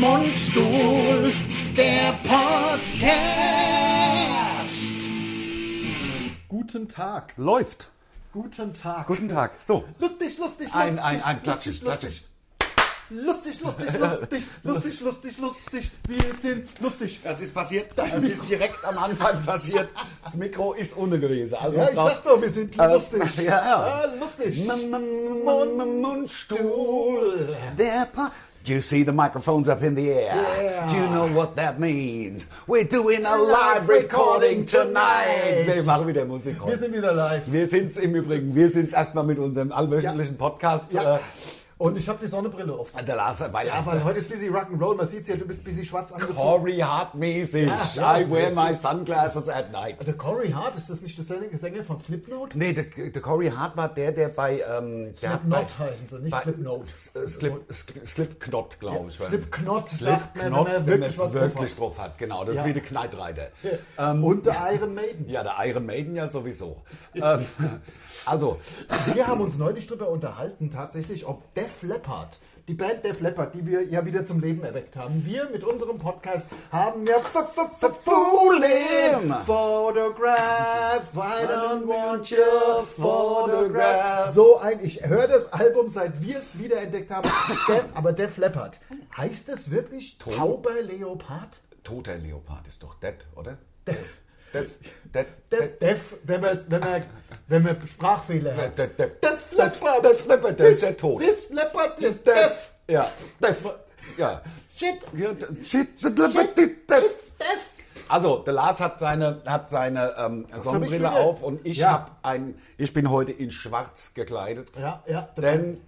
Mundstuhl, der Podcast. Guten Tag. Läuft. Guten Tag. Guten Tag. So. Lustig, lustig, Ein, lustig. ein, ein. Klatschen, Lustig, lustig. Lustig, lustig, lustig, lustig, lustig, lustig. Wir sind lustig. Das ist passiert. Das ist direkt am Anfang passiert. Das Mikro ist ohne gewesen. Also Ja, ich drauf- sag doch, wir sind Äh, lustig. Ja, ja. Ah, lustig. M- m- m- m- Mundstuhl, der Pod. Do you see the microphones up in the air? Yeah. Do you know what that means? We're doing a live Live recording recording tonight. tonight. Wir machen wieder Musik heute. Wir sind wieder live. Wir sind's im Übrigen. Wir sind's erstmal mit unserem allwöchentlichen Podcast. Ja. Äh, Und ich habe die Sonnenbrille auf. der Lars, weil Ja, weil heute ist busy Rock'n'Roll. Man sieht's ja, du bist busy schwarz angezogen. Corey Hart mäßig. Ja, ja. I wear my sunglasses at night. Der Corey Hart, ist das nicht der Sänger- Sänger von Slipknot? Nee, der, der Corey Hart war der, der bei... Ähm, der hat Slipknot heißen sie, nicht bei- Slipknot. bei, äh, Slip, Slip, Slipknot, glaube ich. Slipknot sagt man, wenn Slipknot, man wenn wirklich es was wirklich Ähm, drauf hat. Genau, das Ja. ist wie der Kneitreiter. Und der Iron Maiden. Ja, der Iron Maiden ja sowieso. ähm, also, Wir haben uns neulich darüber unterhalten, tatsächlich, ob Def Leppard, die Band Def Leppard, die wir ja wieder zum Leben erweckt haben, wir mit unserem Podcast haben ja f- f- f- Fooling Photograph, I don't want your photograph. So ein, ich höre das Album, seit wir es wiederentdeckt haben, Def, aber Def Leppard, heißt es wirklich Tauber Leopard? toter Leopard ist doch dead, oder? Dead. Dead. Dead. Def, Def wenn, man, wenn, man, wenn man Sprachfehler hat. Dead. Dead. Dead. Leopard, Death Leopard, der ist ja tot. Def Leppard ist Death. Def. Ja. Death. Ja. Shit. Ja, Shit. Death. Def. Also, der Lars hat seine, hat seine ähm, ich Sonnenbrille wieder? auf und ich Ja. hab ein, ich bin heute in Schwarz gekleidet. Ja, ja. Denn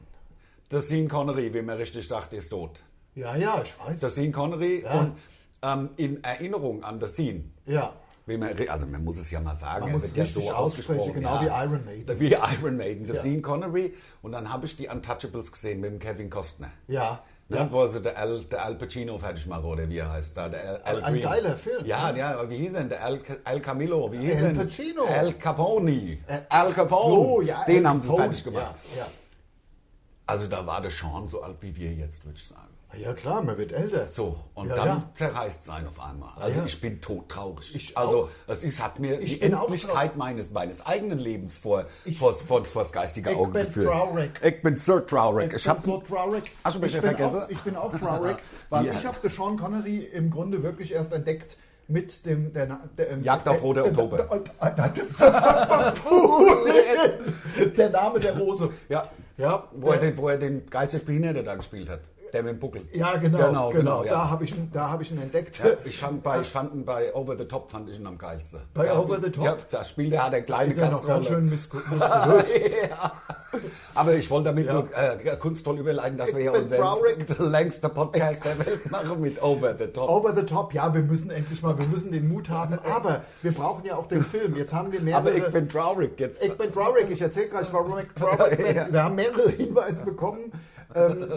der Sean Connery, wie man richtig sagt, ist tot. Ja, ja, ich weiß. Der Sean Connery Ja. und ähm, in Erinnerung an der Sean. ja. Wie man, re- also man muss es ja mal sagen, Man er muss wird es ja richtig so aussprechen, ausgesprochen. genau ja. wie Iron Maiden. Wie Iron Maiden, der Ja. Sean Connery. Und dann habe ich die Untouchables gesehen mit dem Kevin Costner. Ja. Ne, Wo also der Al, der Al Pacino fertig macht, oder wie er heißt. Da, der Al, Al Ein Green. geiler Film, Ja, ne? ja, aber wie hieß er denn? Der Al, Al Camillo. Wie hieß Al er denn? Pacino. Äh, Al Capone. Al Capone. So, Oh, ja, Den Al haben sie Capone. fertig gemacht. Ja, Also da war der Sean so alt wie wir jetzt, würde ich sagen. ja. ja klar, man wird älter. So, und ja, dann Ja. zerreißt es einen auf einmal. Also ja. ich bin todtraurig. Ich also auch. es ist, hat mir Ich die bin auch Endlichkeit meines, meines eigenen Lebens vor, vor, vor, vor das geistige Ich Auge bin geführt. traurig. Ich bin so traurig. Ich hab, bin so traurig. Hast du mich ich ja bin vergessen? Auch, ich bin auch traurig, weil Ja. ich habe Sean Connery im Grunde wirklich erst entdeckt mit dem... Der, Na- der, ähm, äh, Jagd auf Rote der- Oktober. der- der- Der Name der Rose. ja, Ja, wo, er den, wo er den Geisterspielhändler da gespielt hat. Der mit dem Buckel. Ja, genau, Genau, genau, genau, ja. da habe ich, ihn- da hab ich ihn entdeckt. Ja, ich, fand bei, ich fand ihn bei Over the Top fand ich ihn am geilsten. Bei Da- Over the Top? Ja, da spielt er, hat er kleine ist ja noch ganz Gastrolle. schön missgehört. ja. Aber ich wollte damit Ja. nur äh, kunstvoll überleiten, dass wir Ich hier bin unseren traurig. der längste Podcast der Welt machen mit Over the Top. Over the top, ja, wir müssen endlich mal, wir müssen den Mut haben, aber wir brauchen ja auch den Film. Jetzt haben wir mehrere. Aber ich bin traurig jetzt. ich bin traurig, ich erzähle gleich, warum ich traurig bin. Wir haben mehrere Hinweise bekommen. Ähm,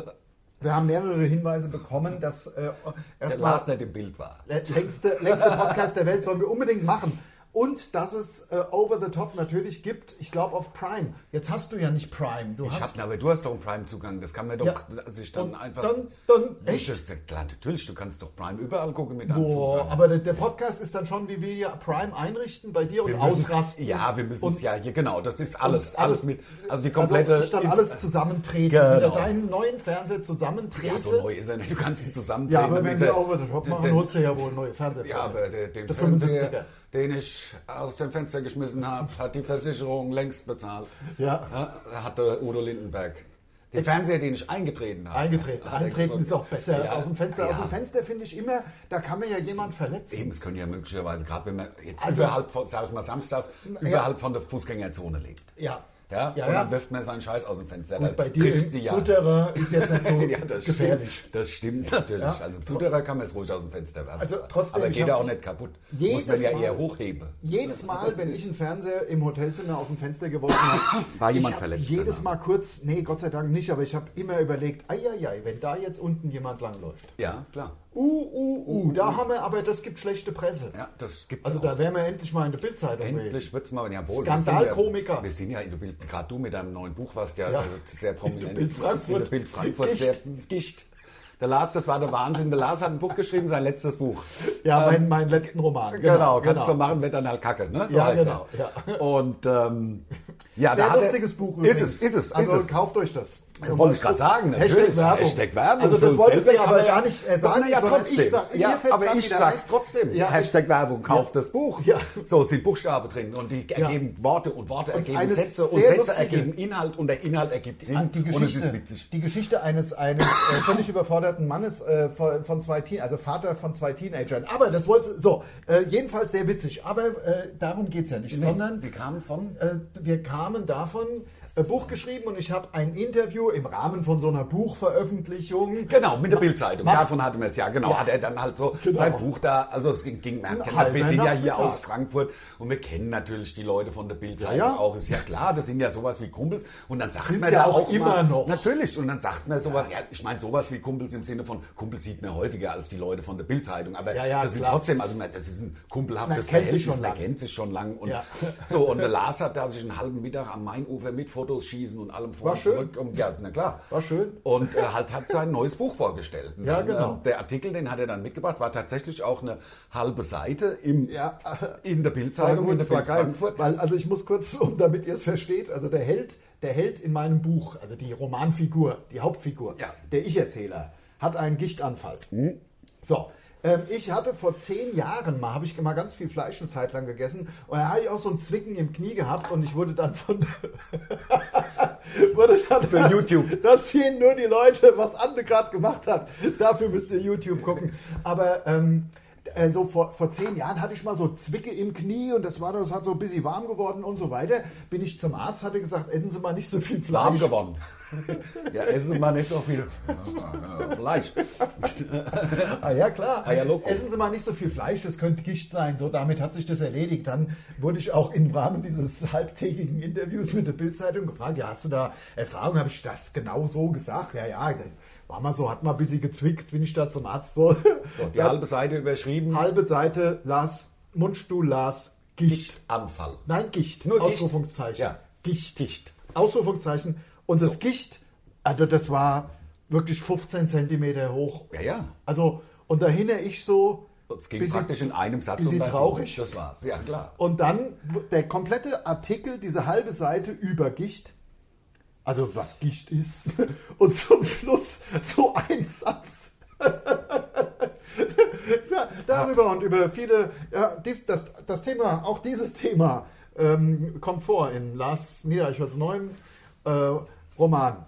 wir haben mehrere Hinweise bekommen, dass äh, der erstmal Lars nicht im Bild war. der längste, längste Podcast der Welt sollen wir unbedingt machen. Und dass es äh, Over the Top natürlich gibt, ich glaube auf Prime. Jetzt hast du ja nicht Prime. Du Ich hast hab, aber du hast doch einen Prime-Zugang, das kann man doch Ja. sich dann Und einfach. dann- dann- echt? Das, klar, natürlich, du kannst doch Prime überall gucken mit einem Boah, Zugang. aber der, der Podcast ist dann schon, wie wir ja Prime einrichten bei dir und Wir müssen's- ausrasten. Ja, wir müssen es Und- ja hier, genau, das ist alles, alles, und mit. Also die komplette. Also ich dann alles zusammentreten. Genau. Wieder deinen neuen Fernseher ja, zusammentreten. so neu ist er nicht, du kannst ihn zusammen ja, aber wenn wir Over the Top machen, holst du ja wohl neue Fernseher. Ja, aber der, den der Fernseher, 75er. den ich aus dem Fenster geschmissen habe, hat die Versicherung längst bezahlt. Ja. Hatte Udo Lindenberg. Den Fernseher, den ich eingetreten habe. Eingetreten. hat er Eintreten gesagt. ist auch besser als Ja, aus dem Fenster. Ja. Aus dem Fenster finde ich immer, da kann mir ja jemand verletzen. Eben, es können ja möglicherweise, gerade wenn man jetzt Also- überhalb von, sag ich mal, samstags, überhalb von der Fußgängerzone liegt. Ja. Ja, ja, und ja. dann wirft man seinen Scheiß aus dem Fenster. Und dann bei dir triffst im du ja. Sutterer ist jetzt nicht so ja, das gefährlich. Stimmt. Das stimmt natürlich. Ja. Also im Sutterer kann man es ruhig aus dem Fenster werfen. Also trotzdem, Aber ich geht ja hab- auch nicht kaputt. Muss Jedes man ja Mal- eher hochheben. Jedes Mal, wenn ich einen Fernseher im Hotelzimmer aus dem Fenster geworfen habe, War jemand ich hab verletzt genau. Jedes danach? Mal kurz, nee, Gott sei Dank nicht, aber ich habe immer überlegt, eieiei, wenn da jetzt unten jemand langläuft. Ja, klar. Uh, uh, uh, da haben wir, aber das gibt schlechte Presse. Ja, das gibt's Also auch. da wären wir endlich mal in der Bildzeitung. Endlich wird's mal, jawohl. Skandalkomiker. Wir sind ja, wir sind ja in der Bild, gerade du mit deinem neuen Buch warst ja, Ja. also sehr prominent. In der Bild Frankfurt. In der Bild Frankfurt Dicht. sehr dicht. Der Lars, das war der Wahnsinn. Der Lars hat ein Buch geschrieben, sein letztes Buch. Ja, mein, mein letzten Roman. Ähm, Genau, kannst du machen, wird dann halt kacke. Ne? Ja, heißt genau, er. Und ähm, ja, da Sehr hat er- lustiges Buch Ist es, ist es, Also ist es. kauft euch das. Das wollte ich gerade sagen. natürlich. Hashtag Werbung. Hashtag Werbung Also für das uns wollte ich selbst, mir aber gar nicht äh, sagen. Na ja, sondern trotzdem. Ich sag, mir ja, fällt's aber grad ich wieder sag's ein. trotzdem. Ja, Hashtag Werbung, kauft das Buch. Ja. So sind Buchstaben drin und die ergeben Worte und Worte ergeben eine Sätze und sehr Sätze lustige- ergeben Inhalt und der Inhalt ergibt Sinn die und es Geschichte, ist witzig. die Geschichte eines, eines äh, völlig überforderten Mannes äh, von, von zwei Teen, also Vater von zwei Teenagern. Aber das wollte so äh, jedenfalls sehr witzig. Aber äh, darum geht's ja nicht, sondern wir kamen von äh, wir kamen davon, äh, Buch geschrieben und ich habe ein Interview im Rahmen von so einer Buchveröffentlichung. Genau, mit der Bildzeitung. Mach- Davon hatten wir es ja. Genau, hat er dann halt so Genau. sein Buch da. Also es ging, ging man kennt halber das, Wir sind ja hier Nachmittag. aus Frankfurt und wir kennen natürlich die Leute von der Bildzeitung Ja, ja. auch. Ist ja klar, das sind ja sowas wie Kumpels. Und dann sagt Sind's man ja da auch auch mal- immer noch. Natürlich. Und dann sagt man sowas. Ja, ich meine sowas wie Kumpels im Sinne von Kumpels sieht man häufiger als die Leute von der Bildzeitung. Aber Ja, ja, das sind klar. trotzdem, also man, das ist ein kumpelhaftes Man kennt Verhältnis. sich schon man lang. kennt sich schon lang. Und Ja. so und der Lars hat da sich einen halben Mittag am Mainufer mit Fotos schießen und allem vor War und schön. zurück. Und, ja, na klar. War schön. Und äh, halt hat sein neues Buch vorgestellt. Und Ja, dann, genau. äh, der Artikel, den hat er dann mitgebracht, war tatsächlich auch eine halbe Seite im, Ja. in der Bildzeitung, in der das war Bild geil. Frankfurt. Weil, also ich muss kurz, um, damit ihr es versteht, also der Held, der Held in meinem Buch, also die Romanfigur, die Hauptfigur, Ja. Mhm. der Ich-Erzähler, hat einen Gichtanfall. So. ähm, Ich hatte vor zehn Jahren mal, habe ich mal ganz viel Fleisch eine Zeit lang gegessen und da habe ich auch so ein Zwicken im Knie gehabt und ich wurde dann von wurde dann Für das, YouTube. Das sehen nur die Leute, was Anne gerade gemacht hat. Dafür müsst ihr YouTube gucken. Aber ähm, äh, so vor, vor zehn Jahren hatte ich mal so Zwicke im Knie und das war das hat so ein bisschen warm geworden und so weiter. Bin ich zum Arzt, hatte gesagt, essen Sie mal nicht so viel Fleisch. Warm gewonnen. ja, essen Sie mal nicht so viel Fleisch. Ah ja, klar. Ah ja, Loco. Essen Sie mal nicht so viel Fleisch, das könnte Gicht sein. So, damit hat sich das erledigt. Dann wurde ich auch im Rahmen dieses halbtägigen Interviews mit der Bildzeitung gefragt, ja, hast du da Erfahrung? Habe ich das genau so gesagt? Ja, ja, dann war mal so, hat mal ein bisschen gezwickt, bin ich da zum Arzt so. So, die Dann halbe Seite überschrieben. halbe Seite, las, Mundstuhl, las, Gicht. Anfall. Nein, Gicht. Nur Gicht. Ausrufungszeichen. Ja. Gicht. Gicht. Ausrufungszeichen. Und das Gicht, also das war wirklich 15 Zentimeter hoch. Ja, ja. Also, und dahinter ich so. Es ging bisschen- praktisch in einem Satz. um bisschen dein traurig. Buch. Das war's. Ja, klar. Und dann der komplette Artikel, diese halbe Seite über Gicht. Also, was Gicht ist. Und zum Schluss so ein Satz. ja, darüber und über viele. Ja, dies, das, das Thema, auch dieses Thema, ähm, kommt vor in Lars Niedereichholz neuem äh, Roman.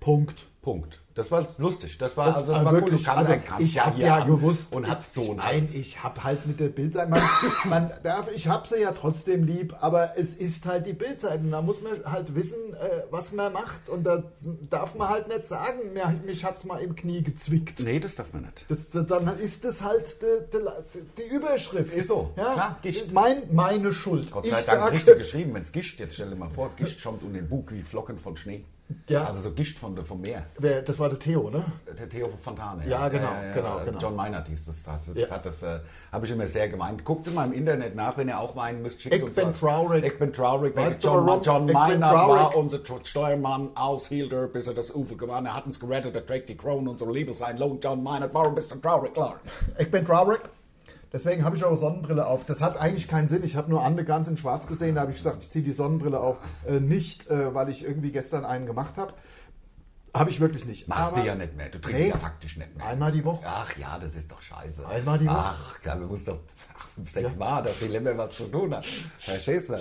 Punkt. Punkt. Das war lustig. Das war, also das Ah, war cool. wirklich, Du kannst- also, kannst ich habe hier ja, an gewusst. Und hat's so ich, Nein, ich habe halt mit der Bildzeitung. Man, man darf, ich habe sie ja trotzdem lieb, aber es ist halt die Bildzeitung. Da muss man halt wissen, äh, was man macht. Und da darf man halt nicht sagen, mir, mich hat's mal im Knie gezwickt. Nee, das darf man nicht. Das, dann ist das halt die, die, die Überschrift. Ist so, ja? klar, Gicht. Mein, meine Schuld. Gott sei Ich Dank sag- richtig geschrieben, wenn es Gischt, jetzt stell dir mal vor, Gischt kommt um den Bug wie Flocken von Schnee. Ja. Also so Gischt von der, vom Meer. Wer- Das war der Theo, ne? Der Theo Fontane. Ja, genau, genau, genau. John Meinert hieß das. Das, das, Ja. hat das äh, habe ich immer sehr gemeint. Guckt in meinem Internet nach, wenn ihr auch weinen müsst. Schickt Ekben was. Traurig. Ekben Traurig. weil Weißt du, John, warum? John Ekben Meinert Traurig. war unser Tr- Steuermann aus Hilder, bis er das Ufer gewann. Er hat uns gerettet, er trägt die Krone, unsere Liebe sein Lohn. John Meinert, warum bist du traurig, Clark? Ich bin traurig. Deswegen habe ich auch Sonnenbrille auf. Das hat eigentlich keinen Sinn. Ich habe nur Anne ganz in Schwarz gesehen. Da habe ich gesagt, ich ziehe die Sonnenbrille auf. Äh, nicht, äh, weil ich irgendwie gestern einen gemacht habe. Habe ich wirklich nicht. Machst Aber- du ja nicht mehr. Du trinkst Nee. ja faktisch nicht mehr. Einmal die Woche. Ach ja, das ist doch scheiße. Einmal die Woche. Ach, da muss doch ach, fünf, sechs Mal, dass die Lämmer was zu tun hat. Verstehst du?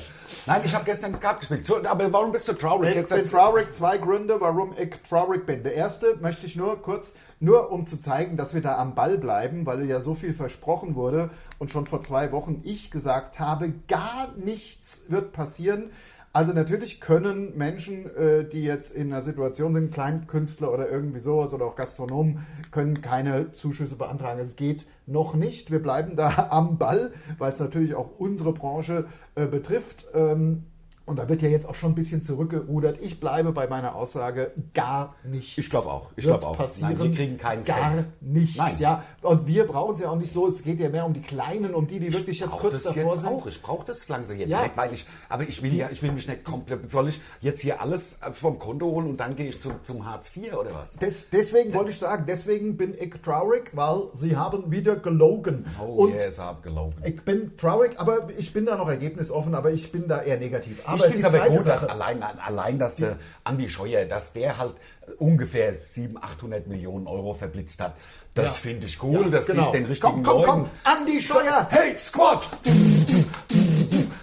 Nein, ich habe gestern Skat gespielt. So, aber warum bist du traurig? Ich Jetzt bin erzähl- traurig. Zwei Gründe, warum ich traurig bin. Der erste möchte ich nur kurz, nur um zu zeigen, dass wir da am Ball bleiben, weil ja so viel versprochen wurde und schon vor zwei Wochen ich gesagt habe, gar nichts wird passieren. Also natürlich können Menschen, äh, die jetzt in einer Situation sind, Kleinkünstler oder irgendwie sowas oder auch Gastronomen, können keine Zuschüsse beantragen. Es geht noch nicht. Wir bleiben da am Ball, weil es natürlich auch unsere Branche äh, betrifft. Ähm, Und da wird ja jetzt auch schon ein bisschen zurückgerudert. Ich bleibe bei meiner Aussage, gar nichts. Ich glaub auch, ich wird glaub auch. Passieren. Nein, wir kriegen keinen Gar Cent. nichts, Nein. ja. Und wir brauchen es ja auch nicht so. Es geht ja mehr um die Kleinen, um die, die wirklich jetzt brauch kurz das davor jetzt sind. Auch. Ich brauche das langsam jetzt Ja. nicht, weil ich, aber ich will ja, ich will mich nicht komplett, soll ich jetzt hier alles äh, vom Konto holen und dann gehe ich zum, zum Hartz IV oder was? Des, deswegen wollte ich sagen, deswegen bin ich traurig, weil sie haben wieder gelogen. und Oh, yes, hab gelogen. ich bin traurig, aber ich bin da noch ergebnisoffen, aber ich bin da eher negativ. Aber ich finde es die aber zweite gut, dass Sache- allein, allein dass der Andi Scheuer, dass der halt ungefähr 700, 800 Millionen Euro verblitzt hat. Das Ja. finde ich cool, Ja, das genau. ist den richtigen Komm, komm, Leuten. komm, Andi Scheuer! Hate Squad!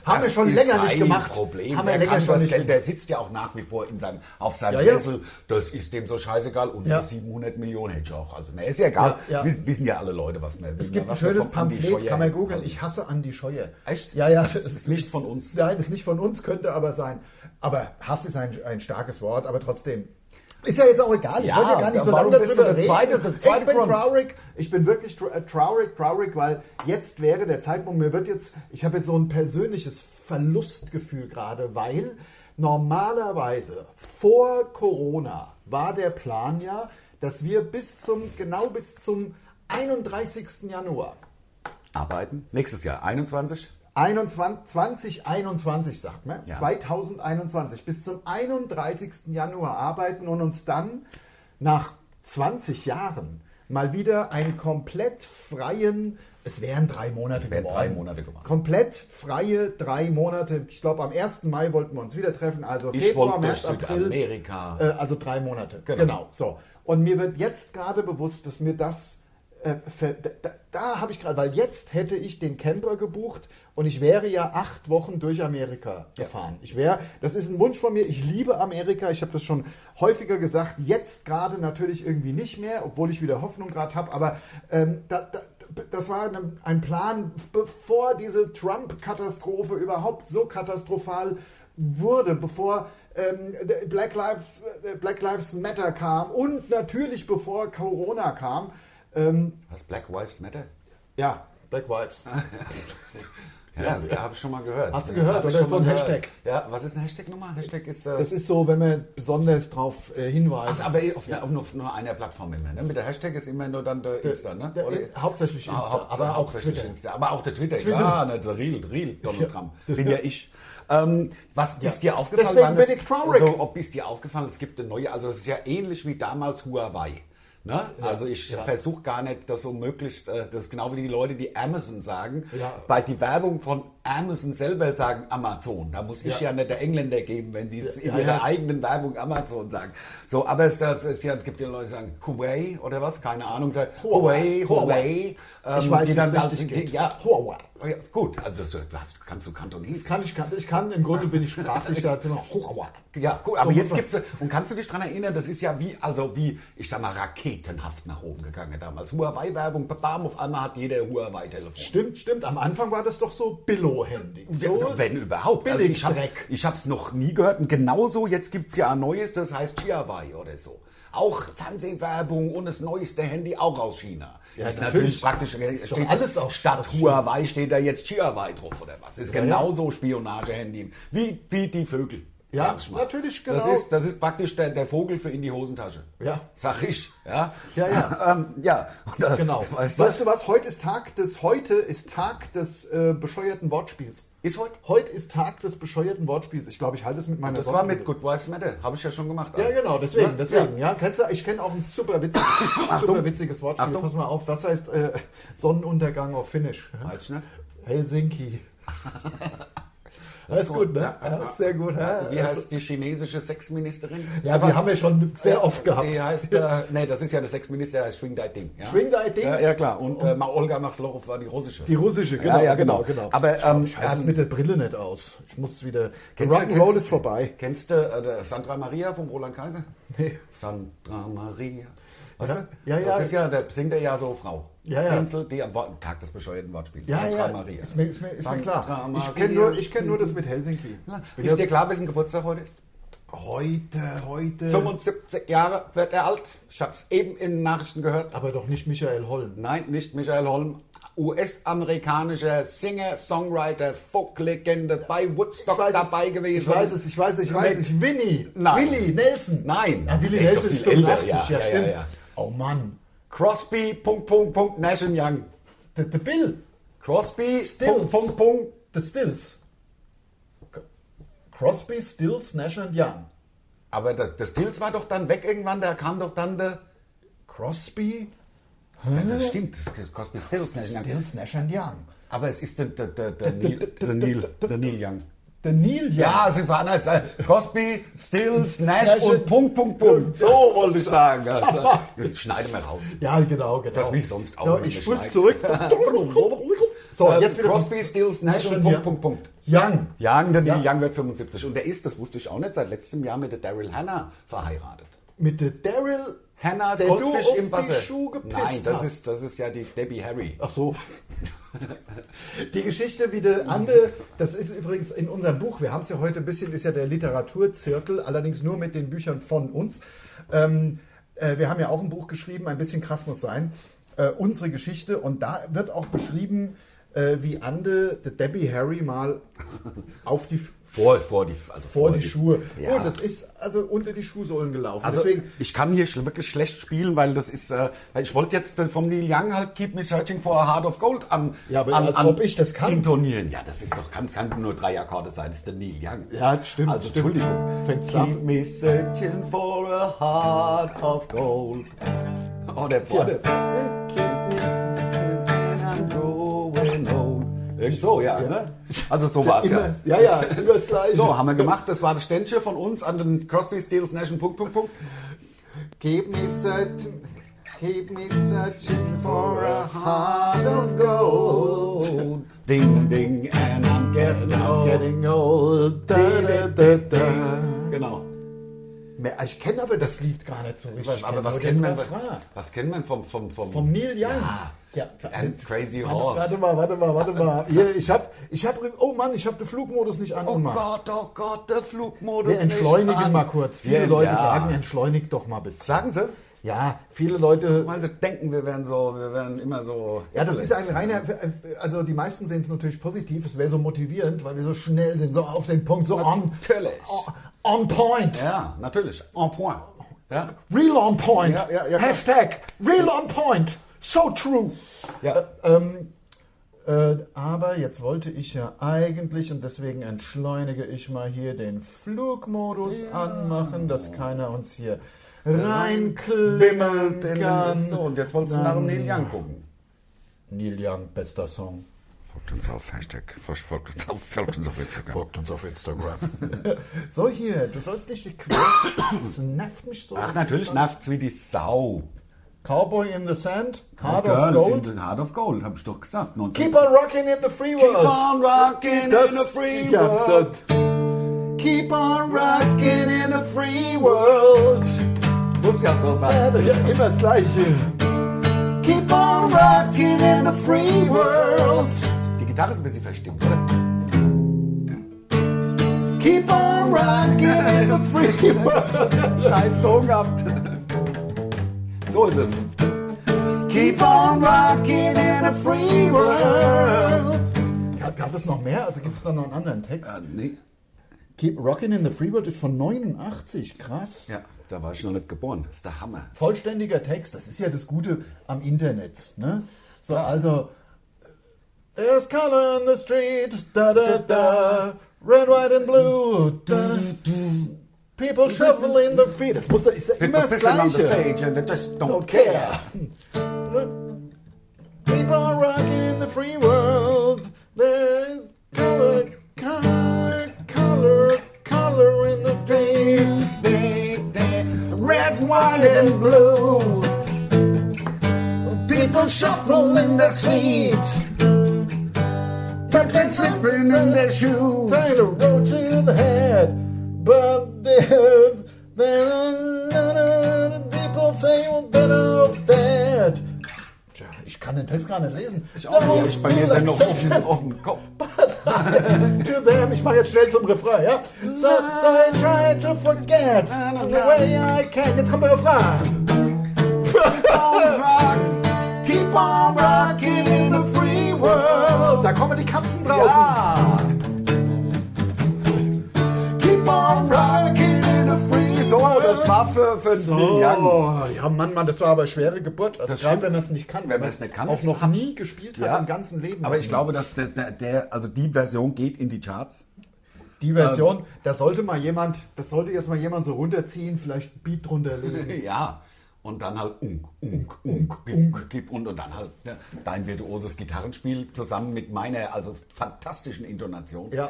Haben wir Das schon ist länger nicht ein gemacht. Problem. Haben der, wir länger kann schon was nicht stellen. der sitzt ja auch nach wie vor in seinem, auf seinem Ja, ja. Sessel. Das ist dem so scheißegal. Und Ja. die 700 Millionen hätte ich auch. Also, ne, ist ja egal. Ja, ja. Wissen, wissen ja alle Leute, Äh, was man Es gibt ein schönes Pamphlet, kann man googeln. Ich hasse Andi Scheuer. Echt? Ja, ja. Das ist nicht von uns. Nein, das ist nicht von uns, könnte aber sein. Aber Hass ist ein, ein starkes Wort, aber trotzdem. Ist ja jetzt auch egal, ich Ja, wollte ja gar nicht so warum lange bist du darüber der reden. Zweite- der ich Zweite bin Grund? traurig, ich bin wirklich tra- äh, traurig, traurig, weil jetzt wäre der Zeitpunkt, mir wird jetzt, ich habe jetzt so ein persönliches Verlustgefühl gerade, weil normalerweise vor Corona war der Plan ja, dass wir bis zum, genau bis zum 31. Januar Arbeiten. Nächstes Jahr, 21. 21, 2021 sagt man, Ja. 2021 bis zum 31. Januar arbeiten und uns dann nach 20 Jahren mal wieder einen komplett freien, es wären drei Monate wären geworden. drei Monate geworden. Komplett freie drei Monate. Ich glaube, am 1. Mai wollten wir uns wieder treffen, also Ich Februar, wollte März, durch April. Südamerika. Äh, also drei Monate. Genau. Genau. So. Und mir wird jetzt gerade bewusst, dass mir das. Äh, ver- da da, da habe ich gerade, weil jetzt hätte ich den Camper gebucht und ich wäre ja acht Wochen durch Amerika gefahren. Ich wäre, das ist ein Wunsch von mir. Ich liebe Amerika. Ich habe das schon häufiger gesagt. Jetzt gerade natürlich irgendwie nicht mehr, obwohl ich wieder Hoffnung gerade habe. Aber ähm, da, da, das war eine, ein Plan, bevor diese Trump-Katastrophe überhaupt so katastrophal wurde, bevor ähm, der Black, Lives, äh, Black Lives Matter kam und natürlich bevor Corona kam. Ähm, Was? Black Lives Matter? ja, Black Lives. Ja, also, da habe ich schon mal gehört. Hast du gehört, Hab ich schon oder? Ist so ein mal gehört. Hashtag. Ja, was ist ein Hashtag nochmal? Hashtag ist. Äh, Das ist so, wenn man besonders drauf äh, hinweist. Ach, aber eh auf, auf nur, auf nur einer Plattform immer. Ne? Mit der Hashtag ist immer nur dann der, Insta, ne? der- Oder- hauptsächlich Insta, Ah, haupt- aber auch hauptsächlich Twitter. Insta, aber auch der Twitter. Twitter. Ja, ne, der Real, Real Donald Ja. Trump. Bin ja ich. Ähm, was ist dir aufgefallen? Deswegen Wann das- bin ich traurig. Also, ob ist dir aufgefallen, es gibt eine neue, also es ist ja ähnlich wie damals Huawei. Ne? Also ich versuche gar nicht, das so möglichst, äh, das ist genau wie die Leute, die Amazon sagen, Ja. bei die Werbung von Amazon selber sagen Amazon. Da muss ich Ja. ja, nicht der Engländer geben, wenn die es in Ja, ihrer ja. eigenen Werbung Amazon sagen. So, aber es das ist ja, es gibt ja Leute, die sagen Huawei oder was, keine Ahnung, sagen Huawei, Huawei, Huawei. ich weiß, ähm, die wie es dann richtig die- geht. Ja, Huawei. ja, gut, also das, du hast, kannst du Kantonesisch. Kann ich, kann, ich kann, im Grunde bin ich sprachlich dazu noch Huawei. Ja, gut, aber muss jetzt man's. gibt's und kannst du dich dran erinnern, das ist ja wie also wie ich sag mal raketenhaft nach oben gegangen damals. Huawei Werbung, bam, auf einmal hat jeder Huawei Telefon. Stimmt, stimmt. Am Anfang war das doch so Billo-Handy. So, Ja, wenn überhaupt. Also ich habe Billigdreck. ich hab's noch nie gehört. Und genauso, jetzt gibt's ja ein neues, das heißt Chiawei oder so. Auch Fernsehwerbung und das neueste Handy auch aus China. Ja, ist natürlich natürlich. praktisch. äh, Ist doch alles auch aus statt China. Huawei steht da jetzt Chiawei drauf oder was. Ist Ja, genauso Spionagehandy wie, wie die Vögel. Ja, sag ich mal. natürlich, genau. Das ist, das ist praktisch der, der Vogel für in die Hosentasche. Ja. Sag ich. Ja, Ja, ja. ähm, ja. Und da- Genau. Weißt, Weißt du, du was? Heute ist Tag des heute ist Tag des äh, bescheuerten Wortspiels. Ist heute? Heute ist Tag des bescheuerten Wortspiels. Ich glaube, ich halte es mit meiner das war mit Sonnenbrille. Good Wives Matter. Habe ich ja schon gemacht. Ja, Also. genau, deswegen, Ja, deswegen, ja. Kennst du, ich kenne auch ein super witziges, super witziges Wortspiel. Achtung. Pass mal auf, was heißt äh, Sonnenuntergang auf Finnisch? Weiß ich nicht. Helsinki. Alles ist gut, gut. ne? Ja, Ja, ist sehr gut. Ja, Wie heißt die chinesische Sexministerin? Also ja die haben wir schon sehr oft gehabt. Die heißt, äh, nee, das ist ja der Sexminister, der heißt Schwing Dai Ding. Ja? Schwing Dai Ding? Ja, ja klar. Und äh, Ma- Olga Maxlochow war die russische. Die russische, genau. Ja, ja, genau. Aber Aber, ähm, ich halte es ähm, mit der Brille nicht aus. Ich muss wieder. Kennst du- Rock'n'Roll kennst- ist vorbei. Kennst du äh, der Sandra Maria vom Roland Kaiser? Nee. Sandra Maria. Weißt du? Ja, ja. Das ist ja, da singt er ja so Frau. Ja, ja. Insel, die am Wo- Tag des bescheuerten Wortspiels. Ja, Sandra ja, Maria. ist mir, ist mir, ist mir klar. Sandra Ich kenne Maria. nur, ich kenn nur das mit Helsinki. Ist dir klar, wessen Geburtstag heute ist? heute, heute. 75 Jahre wird er alt. Ich habe es eben in den Nachrichten gehört. aber doch nicht Michael Holm. Nein, nicht Michael Holm. US-amerikanischer Singer, Songwriter, Folk-Legende bei Woodstock Ich weiß es, dabei gewesen. Ich weiß es, ich weiß es, ich weiß es. Winnie. Nein. Willi Nelson. Nein. Ja, Willi Der ist Nelson doch ist viel älter, 85, ja, ja, ja, stimmt. ja, ja. Oh Mann. Crosby, Punkt, Punkt, Punkt, Nash und Young. The, the Bill. Crosby, Stills. Punkt, Punkt, Punkt. The Stills. Crosby, Stills, Nash und Young. Aber das, das Stills war doch dann weg irgendwann, da kam doch dann der... Crosby, Das stimmt, das ist Crosby, Stills, Nash und Young. Stills, Nash und Young. Aber es ist der, der, der, der, Neil, der, Neil, der Neil Young. Der Neil Young. Ja, sie waren als äh, Crosby, Stills, Nash Nash und und- Punkt, Punkt, Punkt. So Das- wollte ich sagen. Sag Also, mal. das schneiden wir raus. Ja, genau, genau. Das will ich sonst auch Ja, nicht ich spul's zurück. schneiden. so, Äh, jetzt wieder Crosby, Stills, Nash und Young. Punkt, Punkt, Punkt. Young. Young, der Neil Ja. Young wird 75. Und der ist, das wusste ich auch nicht, seit letztem Jahr mit der Daryl Hannah verheiratet. Mit der Daryl Hannah, der du Goldfisch auf im Wasser. die Schuhe gepisst Nein, das hast. ist, das ist ja die Debbie Harry. Ach so. Die Geschichte, wie der Ande, das ist übrigens in unserem Buch, wir haben es ja heute ein bisschen, ist ja der Literaturzirkel, allerdings nur mit den Büchern von uns. Ähm, äh, wir haben ja auch ein Buch geschrieben, ein bisschen krass muss sein, äh, unsere Geschichte. Und da wird auch beschrieben, äh, wie Ande, der Debbie Harry mal auf die, Vor, vor die, also vor die Schuhe. Ja. Oh, das ist also unter die Schuhsohlen gelaufen. Also Deswegen, ich kann hier schl- wirklich schlecht spielen, weil das ist, äh, weil ich wollte jetzt äh, vom Neil Young halt Keep Me Searching for a Heart of Gold an, Ja, aber an, als ob ich das kann. intonieren. Ja, das ist doch, kann, kann nur drei Akkorde sein, das ist der Neil Young. Ja, stimmt, Also stimmt. Entschuldigung. Fängt's da Keep me searching for a heart of gold. Oh, der Tja. Borders. Irgend so, ja, Ja. ne? Also so ist ja war's ja. immer, ja, ja, immer das Gleiche. So, haben wir gemacht. Das war das Ständchen von uns an den Crosby, Stills, Nash und Punkt, Punkt, Punkt. Keep me searching, keep me searching for a heart of gold. Ding, ding, and I'm getting I'm old. getting old. Da, da, da, da. Genau. Mehr- Ich kenne aber das Lied gar nicht so richtig. Ich aber kenn was nur kennt, den man, Refrain. was kennt man vom... vom, vom, Vom Neil Young. Ja. And Crazy Horse. Warte mal, warte mal, warte mal. Hier, ich hab, ich hab, oh Mann, ich hab den Flugmodus nicht oh angemacht. Gott, oh Gott, der Flugmodus Wir entschleunigen nicht mal an. kurz. Viele Ja, Leute ja. sagen, entschleunigt doch mal ein bisschen. Sagen Sie? Ja, viele Leute Weil sie denken, wir wären so, wir wären immer so... Ja, das ist ein reiner, also die meisten sehen es natürlich positiv, es wäre so motivierend, weil wir so schnell sind, so auf den Punkt, so on, Natürlich. on point, Ja, natürlich. En point. Ja. real on point, Ja, ja, ja, klar. Hashtag real on point, so true. Ja. Äh, ähm, äh, aber jetzt wollte ich ja eigentlich und deswegen entschleunige ich mal hier den Flugmodus anmachen, dass keiner uns hier reinklimmen Bimmel, kann. So, und jetzt wolltest du nach dem Neil Young gucken. Neil Young, bester Song. Folgt uns auf, Hashtag, folgt uns auf, folgt uns auf Instagram. Folgt uns auf Instagram. so hier, du sollst nicht die Quelle. Das nervt mich so. Ach, natürlich nervt's wie die Sau. Cowboy in the Sand, Heart Girl of In Gold. the heart of Gold, hab ich doch gesagt. 19 Keep on rocking in the free world. Keep on rocking Das- in a free ja, world. Keep on rocking in a free world. Muss ja so sein. Ja, immer das Gleiche. Keep on rocking in a free world. Die Gitarre ist ein bisschen verstimmt, oder? Keep on rocking in a free world. Scheiß Ton gehabt. So ist es. Keep on rocking in a free world. Hat, hat es noch mehr? Also gibt es da noch einen anderen Text? Ah, nee. Keep Rocking in the Free World ist von 89, krass. Ja, da war ich noch nicht geboren. Das ist der Hammer. Vollständiger Text, das ist ja das Gute am Internet. Ne? So, also. There's color in the street, da da da, red, white and blue, da, da, da. people shuffle in the feet. Das muss doch, ist ja immer das People pissing on the Gleiche. stage and they just don't Don't care. People are rocking in the free world. There's color, color, color, color in the feet. They- they- Red, white and blue. People shuffle in their seat. But they're slipping in their shoes. Kind of road to the head, but there, there, people say well, that of that. Tja, ich kann den Text gar nicht lesen. Ich Ich bei mir sind noch auf dem, auf dem Kopf. to them. Ich mache jetzt schnell zum Refrain, ja? So, so I try to forget the way I can. Jetzt kommt der Refrain. Keep on rock, keep on rocking in the free für, für So, Neil Young. ja, Mann, Mann, das war aber eine schwere Geburt. Also Oh. Das gerade stimmt. wenn man es nicht kann. Wenn man es nicht kann, Auch ist noch hart. nie gespielt hat Ja. im ganzen Leben. Aber ich glaube, dass der, der, der, also die Version geht in die Charts. die Version, Ähm. da sollte mal jemand, das sollte jetzt mal jemand so runterziehen, vielleicht ein Beat runterlegen. Ja. Und dann halt unk, unk, unk, unk, gib und und dann halt ne, dein virtuoses Gitarrenspiel zusammen mit meiner also fantastischen Intonation. Ja.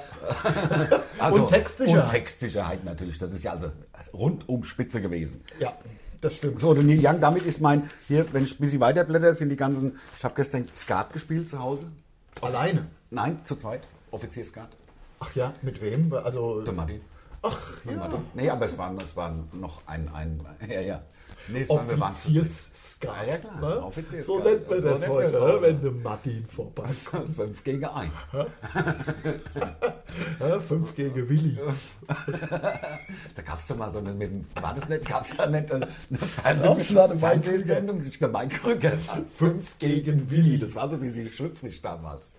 Also, Und Textsicherheit. Und Textsicherheit natürlich. Das ist ja also rundum spitze gewesen. ja, das stimmt. So, der Neil Young, damit ist mein, hier, wenn ich ein bisschen weiterblätter, sind die ganzen, ich habe gestern Skat gespielt zu Hause. Alleine. Nein, zu zweit. Offizierskat. Ach ja, mit wem? Also, Der Martin. ach, Ja. Martin. Nee, aber es waren, es waren noch ein, ein, ja, ja. Nee, es waren- wir waren zu Offiziersskat. Ja, ja, klar, ne? Offizierskat. So nennt man So das nennt man heute, das ne? auch. wenn der Martin vorbeikommt. dritt. Fünf gegen ein. ne? Fünf gegen Willi. Da gab es doch mal so eine, mit dem, war das nicht, gab es da nicht eine, eine glaub, es war eine Fernsehsendung? Ich glaube, Mike Krüger. war's. Fünf gegen Willi. Das war so wie sie schlüpfrig damals.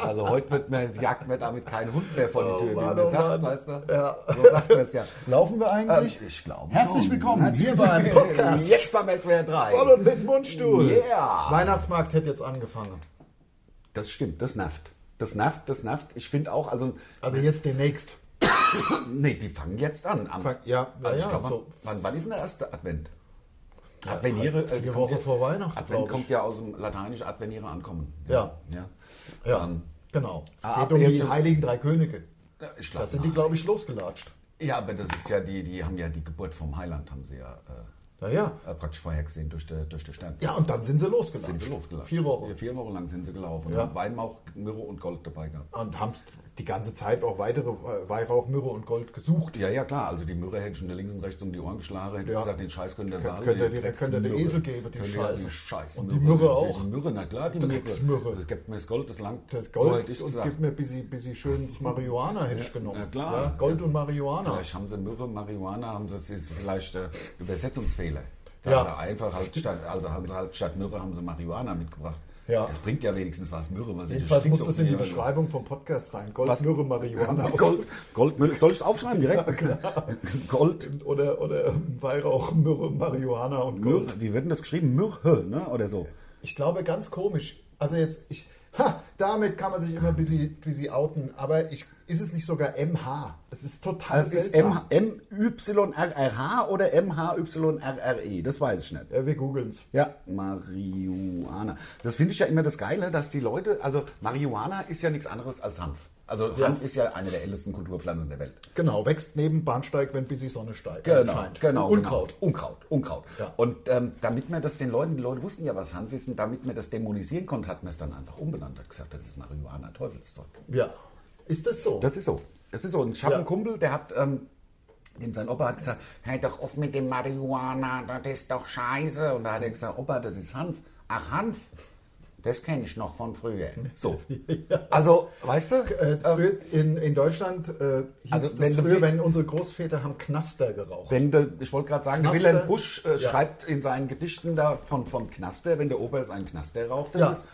Also heute wird mir, jagt mir damit kein Hund mehr vor Oh die Tür, Mann, wie man oh sagt, Mann. weißt du? Ja. So sagt man es ja. Laufen wir eigentlich? Ähm, ich glaube Herzlich schon. willkommen Herzlich hier beim Podcast. Jetzt beim SWR 3. Voll und mit Mundstuhl. Yeah. Weihnachtsmarkt hätte jetzt angefangen. Das stimmt, das nervt. Das nervt, das nervt. Ich finde auch, also, Also jetzt demnächst. nee, die fangen jetzt an. Am, Fang- ja, ja, also ich ja, glaub, wann- so. wann, wann ist denn der erste Advent? Adveniere. halt die kommt Woche ja- vor Weihnachten, glaub Advent ich. kommt ja aus dem Lateinisch Adveniere ankommen. Ja. ja. Ja, genau. Es ah, geht um die jetzt- Heiligen Drei Könige. Ja, Ich Da glaube. sind die, glaube ich, losgelatscht. Ja, aber das ist ja die, die haben ja die Geburt vom Heiland, haben sie ja Naja. äh, äh, praktisch vorher gesehen durch den durch die Stern. Ja, und dann sind sie losgelatscht. Sind sie losgelaufen. Vier Ja, Wochen. vier Wochen lang sind sie gelaufen. Ja. Ja. Weinmauch, Myrrhe und Gold dabei gehabt. Und haben die ganze Zeit auch weitere äh, Weihrauch, Myrrhe und Gold gesucht. Ja, ja, klar. Also die Myrrhe hätte ich schon links und rechts um die Ohren geschlagen. Hätte Ja. gesagt, den Scheiß könnt ihr Könnt- behalten, könnt ihr den die- Drecks könnt ihr der Myrrhe. Esel geben, die Könnt ihr Scheiße. die Scheiß Und die Myrrhe, Myrrhe die- auch. Die Myrrhe, na klar, die Drecks Myrrhe. Das gibt mir das Gold, das langt. Das So Gold hätte ich und gesagt. gib mir ein bisschen, bisschen schönes Marihuana, hätte ich genommen. ja, klar. Gold und Marihuana. Vielleicht haben sie Myrrhe, Marihuana, haben sie das ist vielleicht äh, Übersetzungsfehler. Da Ja. haben sie einfach halt statt, also haben sie halt statt Myrrhe haben sie Marihuana mitgebracht. Ja. Das bringt ja wenigstens was, Myrrhe. Weil sie- Jedenfalls stinkt muss doch das in die nie, weil- Beschreibung vom Podcast rein. Gold, Was? Myrrhe, Marihuana. Gold, Gold, Myrrhe. Soll ich es aufschreiben direkt? Gold, Oder, oder Weihrauch, Myrrhe, Marihuana und Gold. Myrrhe. Wie wird denn das geschrieben? Myrrhe, ne? Oder so. Ich glaube, ganz komisch. Also jetzt, ich, ha, damit kann man sich immer ein bisschen, bisschen outen. Aber ich, ist es nicht sogar MH? Es ist total Das Also ist Also seltsam. MYRRH oder MHYRRE, E? das weiß ich nicht. Ja, wir googeln es. Ja, Marihuana. Das finde ich ja immer das Geile, dass die Leute, also Marihuana ist ja nichts anderes als Hanf. Also Ja. Hanf ist ja eine der ältesten Kulturpflanzen der Welt. Genau, wächst neben Bahnsteig, wenn ein bisschen Sonne steigt. scheint. genau. Unkraut. Genau. Unkraut, Unkraut. Ja. Und ähm, damit man das den Leuten, die Leute wussten ja, was Hanf ist, und damit man das dämonisieren konnte, hat man es dann einfach umbenannt, hat gesagt, das ist Marihuana, Teufelszeug. Ja. Ist das so? Das ist so. Das ist so. Und Ich habe Ja. einen Kumpel, der hat, ähm, dem sein Opa hat gesagt, hör doch auf mit dem Marihuana, das ist doch scheiße. Und da hat er gesagt, Opa, das ist Hanf. Ach, Hanf. Das kenne ich noch von früher. So. Also, weißt du, ähm, Äh, früher in, in Deutschland äh, hieß Also, das wenn du früher, will- wenn unsere Großväter haben Knaster geraucht. wenn der, ich wollte gerade sagen, der Knaster. Wilhelm Busch äh, Ja. schreibt in seinen Gedichten da von, von Knaster, wenn der Opa ist ein Knaster raucht, das Ja. ist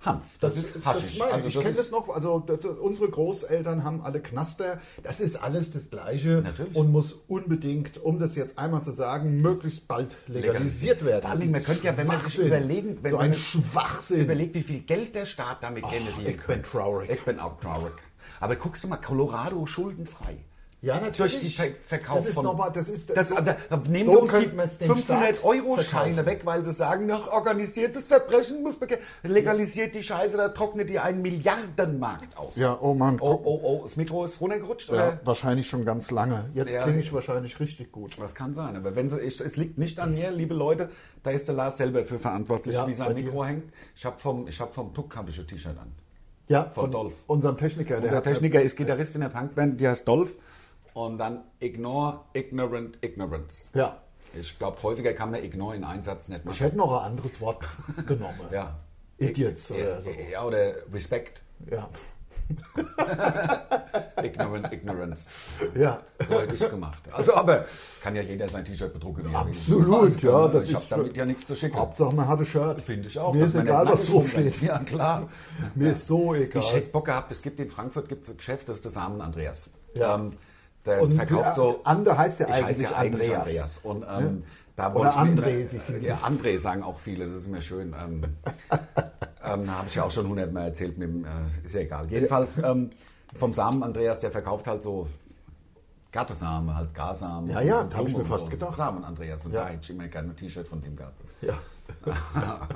Hanf. Das, ist Haschisch. Das meine ich. also, ich kenne ist- das noch. Also das, unsere Großeltern haben alle Knaster. Das ist alles das Gleiche Natürlich. und muss unbedingt, um das jetzt einmal zu sagen, möglichst bald legalisiert werden. Vor allem, man könnte ja, wenn man sich Schwachsinn. überlegen, wenn so man- ein Schwachsinn. Überleg, wie viel Geld der Staat damit generiert. Oh, ich bin traurig. Ich bin auch traurig. Aber guckst du mal, Colorado schuldenfrei. Ja, natürlich. Durch die Ver Verkauf Das ist von... nochmal- das ist- Das, so- da, da nehmen so sie uns könnten wir es die dem Staat 500-Euro-Scheine verkaufen. weg, weil sie sagen, nach organisiertes Verbrechen muss bekämpft... Legalisiert die Scheiße, da trocknet ihr einen Milliardenmarkt aus. Ja, oh Mann. Oh, oh, oh, das Mikro ist runtergerutscht, ja, oder? wahrscheinlich schon ganz lange. Jetzt Ja. klinge ich wahrscheinlich richtig gut. Das kann sein, aber wenn sie, ich, es liegt nicht an mir, liebe Leute, da ist der Lars selber für verantwortlich, Ja, wie bei sein dir. Mikro hängt. Ich habe vom, ich hab vom Tuck habe ich ein T-Shirt an. Ja, Von von, Dolph. unserem Techniker. Unser hat- Techniker ist Gitarrist in der Punkband, die heißt Dolph. Und dann Ignore, Ignorant, Ignorance. Ja. Ich glaube, häufiger kann man Ignore in einen Satz nicht Ich machen. hätte noch ein anderes Wort genommen. Ja. Idiots Ja, oder so. ja, oder Respect. Ja. Ignorant, Ignorance. Ja. So hätte ich es gemacht. Also, aber kann ja jeder sein T-Shirt bedrucken. wie er will. Absolut, ja, das ich habe ist- damit ja nichts zu schicken. Hauptsache man hat ein Shirt. Finde ich auch. Mir dass ist man egal, nicht was nackig rumrennt. draufsteht. Ja, klar. Mir ist so egal. Ich hätte Bock gehabt, es gibt in Frankfurt gibt's ein Geschäft, das ist der Samen Andreas. Ja. Ähm, der Und verkauft so. Ander heißt ja Ich heiße eigentlich ja Andreas. Ne? Und ähm, da Oder wollte ich mir- André, wie viele. Ja, André sagen auch viele, das ist mir schön. Ähm, ähm, Habe ich ja auch schon hundertmal erzählt, mit, dem, äh, ist ja egal. Jedenfalls ähm, vom Samen Andreas, der verkauft halt so Gartesamen, halt Garsamen. Ja, ja, und hab ich mir Blumen und fast so. gedacht. Samen Andreas und Ja. da hätte ich immer gerne ein T-Shirt von dem gehabt. Ja.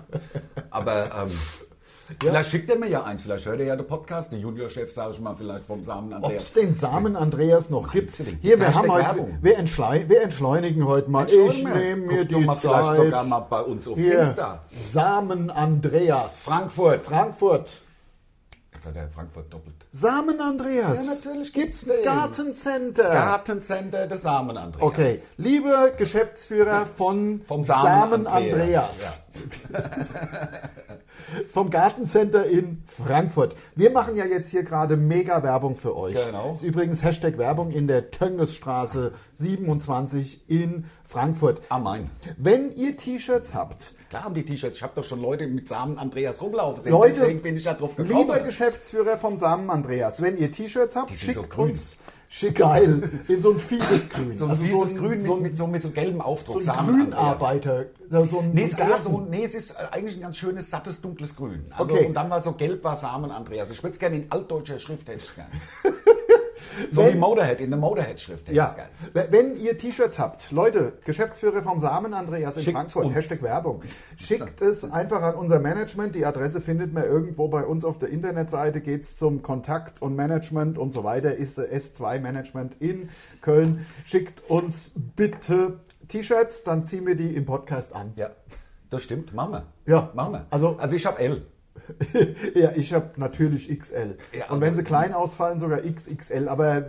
Aber ähm, vielleicht schickt er mir ja eins, vielleicht hört er ja den Podcast, der Juniorchef, sage ich mal, vielleicht vom Samen Ob es Andreas. den Samen Andreas noch gibt. du den? Hier, wir Hashtag haben heute, Werbung. wir, entschlei wir entschleunigen heute mal. Entschuldigung, Ich nehme mir guck doch die mal Zeit. vielleicht sogar mal bei uns auf Hier, Insta. Samen Andreas. Frankfurt. Frankfurt. Jetzt hat er Frankfurt doppelt. Samen Andreas. Ja, natürlich gibt's gibt's ein den. Gartencenter. Gartencenter des Samen Andreas. Okay, lieber Geschäftsführer von Vom Samen, Samen Andreas. vom Gartencenter in Frankfurt. Wir machen ja jetzt hier gerade mega Werbung für euch. Genau. Ist übrigens Hashtag Werbung in der Töngesstraße 27 in Frankfurt. Ah, mein. Wenn ihr T-Shirts habt, Klar haben die T-Shirts. Ich habe doch schon Leute mit Samen Andreas rumlaufen sehen. Leute, Deswegen bin ich da drauf gekommen. Lieber Geschäftsführer vom Samen Andreas, wenn ihr T-Shirts habt, Die sind schickt so grün. uns schick geil in so ein fieses Grün. so ein Also fieses ein- Grün mit so so, ein, mit, so, mit so gelbem Aufdruck. so ein Samen Andreas. Grünarbeiter. So so ein, Nee, so es, ein war Garten. so, nee, es ist eigentlich ein ganz schönes, sattes, dunkles Grün. Also, Okay. Und dann war so gelb war Samen, Andreas. Ich würde es gerne in altdeutscher Schrift hätte ich gern. so wie Motorhead, in der Motorhead-Schrift hätte ja. ich gern. Wenn ihr T-Shirts habt, Leute, Geschäftsführer vom Samen Andreas in Schickt's Frankfurt, uns. Hashtag Werbung, schickt es einfach an unser Management. Die Adresse findet man irgendwo bei uns auf der Internetseite. Geht's zum Kontakt und Management und so weiter. Ist S2 Management in Köln. Schickt uns bitte T-Shirts, dann ziehen wir die im Podcast an. Ja, das stimmt, Mama. Ja. Mama. Also- also ich habe L. ja, ich habe natürlich XL. Ja, und wenn also- sie klein ausfallen, sogar XXL. Aber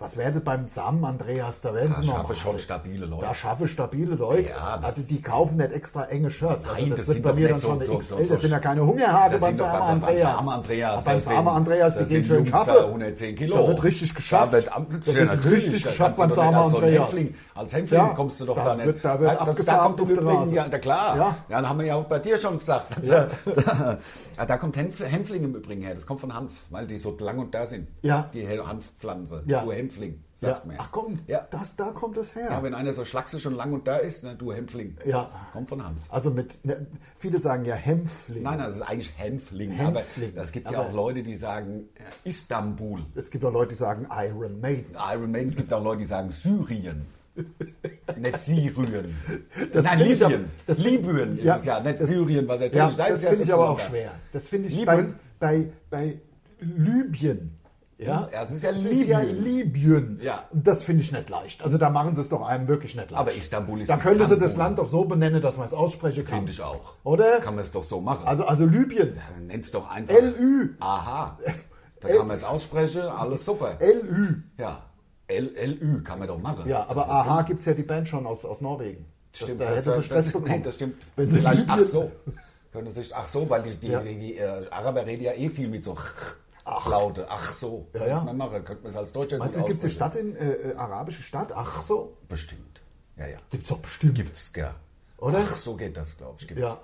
was werde beim Samen, Andreas? Da werden Da sie noch. schaffe schon stabile Leute. Da schaffe stabile Leute. Ja, das- also die kaufen nicht extra enge Shirts. Also Nein, das, das wird sind bei doch mir dann nicht schon so- eine so- XL. so- das sind ja keine Hungerhage Das beim sind doch beim- Samen beim Andreas. Samen Andreas, Aber beim das sind- Samen Andreas, die das gehen sind schön Jungs schaffen. da 110 Kilo. Da wird richtig geschafft. Da wird ab- da Ja, wird natürlich, richtig da kannst geschafft beim du doch Samen nicht als so ein Andreas. Hämpfling- Als Hämpfling Ja, kommst du doch da da, nicht. wird- da wird das- abgesamt kommt auf der übrigens- Rasen. Ja, da klar. Ja. Ja. dann haben wir ja auch bei dir schon gesagt. Ja. Ah, da kommt Hänf- Hänfling im Übrigen her. Das kommt von Hanf, weil die so lang und da sind. Ja. Die Hanfpflanze. Ja. Du Hänfling, Ja. sagt man. Ach komm, Ja. das, da kommt es her. Ja, wenn einer so schlaksig und lang und da ist, ne, du Hänfling. Ja. Kommt von Hanf. also mit, ne, viele sagen ja Hämpfling. Nein, nein, das ist eigentlich Hänfling. Hänfling. Aber es gibt ja Aber- auch Leute, die sagen Istanbul. Es gibt auch Leute, die sagen Iron Maiden. Iron Maiden, es gibt auch Leute, die sagen Syrien. nicht Syrien. Das Nein, finde ich Libyen. aber- das- Libyen ist ja, es ja, nicht das- Syrien, was erzähl Ja, ich. Da das ist ja finde ich aber auch Syrien. schwer. Das finde ich bei, Libyen. bei, bei Libyen. Ja, Hm? Ja, es ist ja Es Libyen. Libyen. Ja. Und Das finde ich nicht leicht. Also da machen sie es doch einem wirklich nicht leicht. Aber Istanbul ist Da könnte sie Istanbul. das Land doch so benennen, dass man es aussprechen kann. Finde ich auch. Oder? Kann man es doch so machen. Also, also Libyen. Nenn's doch einfach. LÜ. Aha. Da kann man es aussprechen, alles super. LÜ. Ja. L- LÜ kann man doch machen. Ja, aber aha gibt es ja die Band schon aus, aus Norwegen. Das, da hätte sie Stress das, bekommen. Das stimmt. Wenn sie Vielleicht, ach Libyen- so. Könnte sich, ach so, weil die, die, Ja. die, die äh, Araber reden ja eh viel mit so ach. Laute. Ach so. Ja, ja. Könnte Man machen. Könnte man es als Deutscher Meinst gut du, gibt es aussprechen. Stadt in, äh, äh, arabische Stadt? Ach so. Bestimmt. Ja, ja. Gibt's doch bestimmt. Gibt's, ja. Oder? Ach, so geht das, glaube ich. Gibt's. Ja.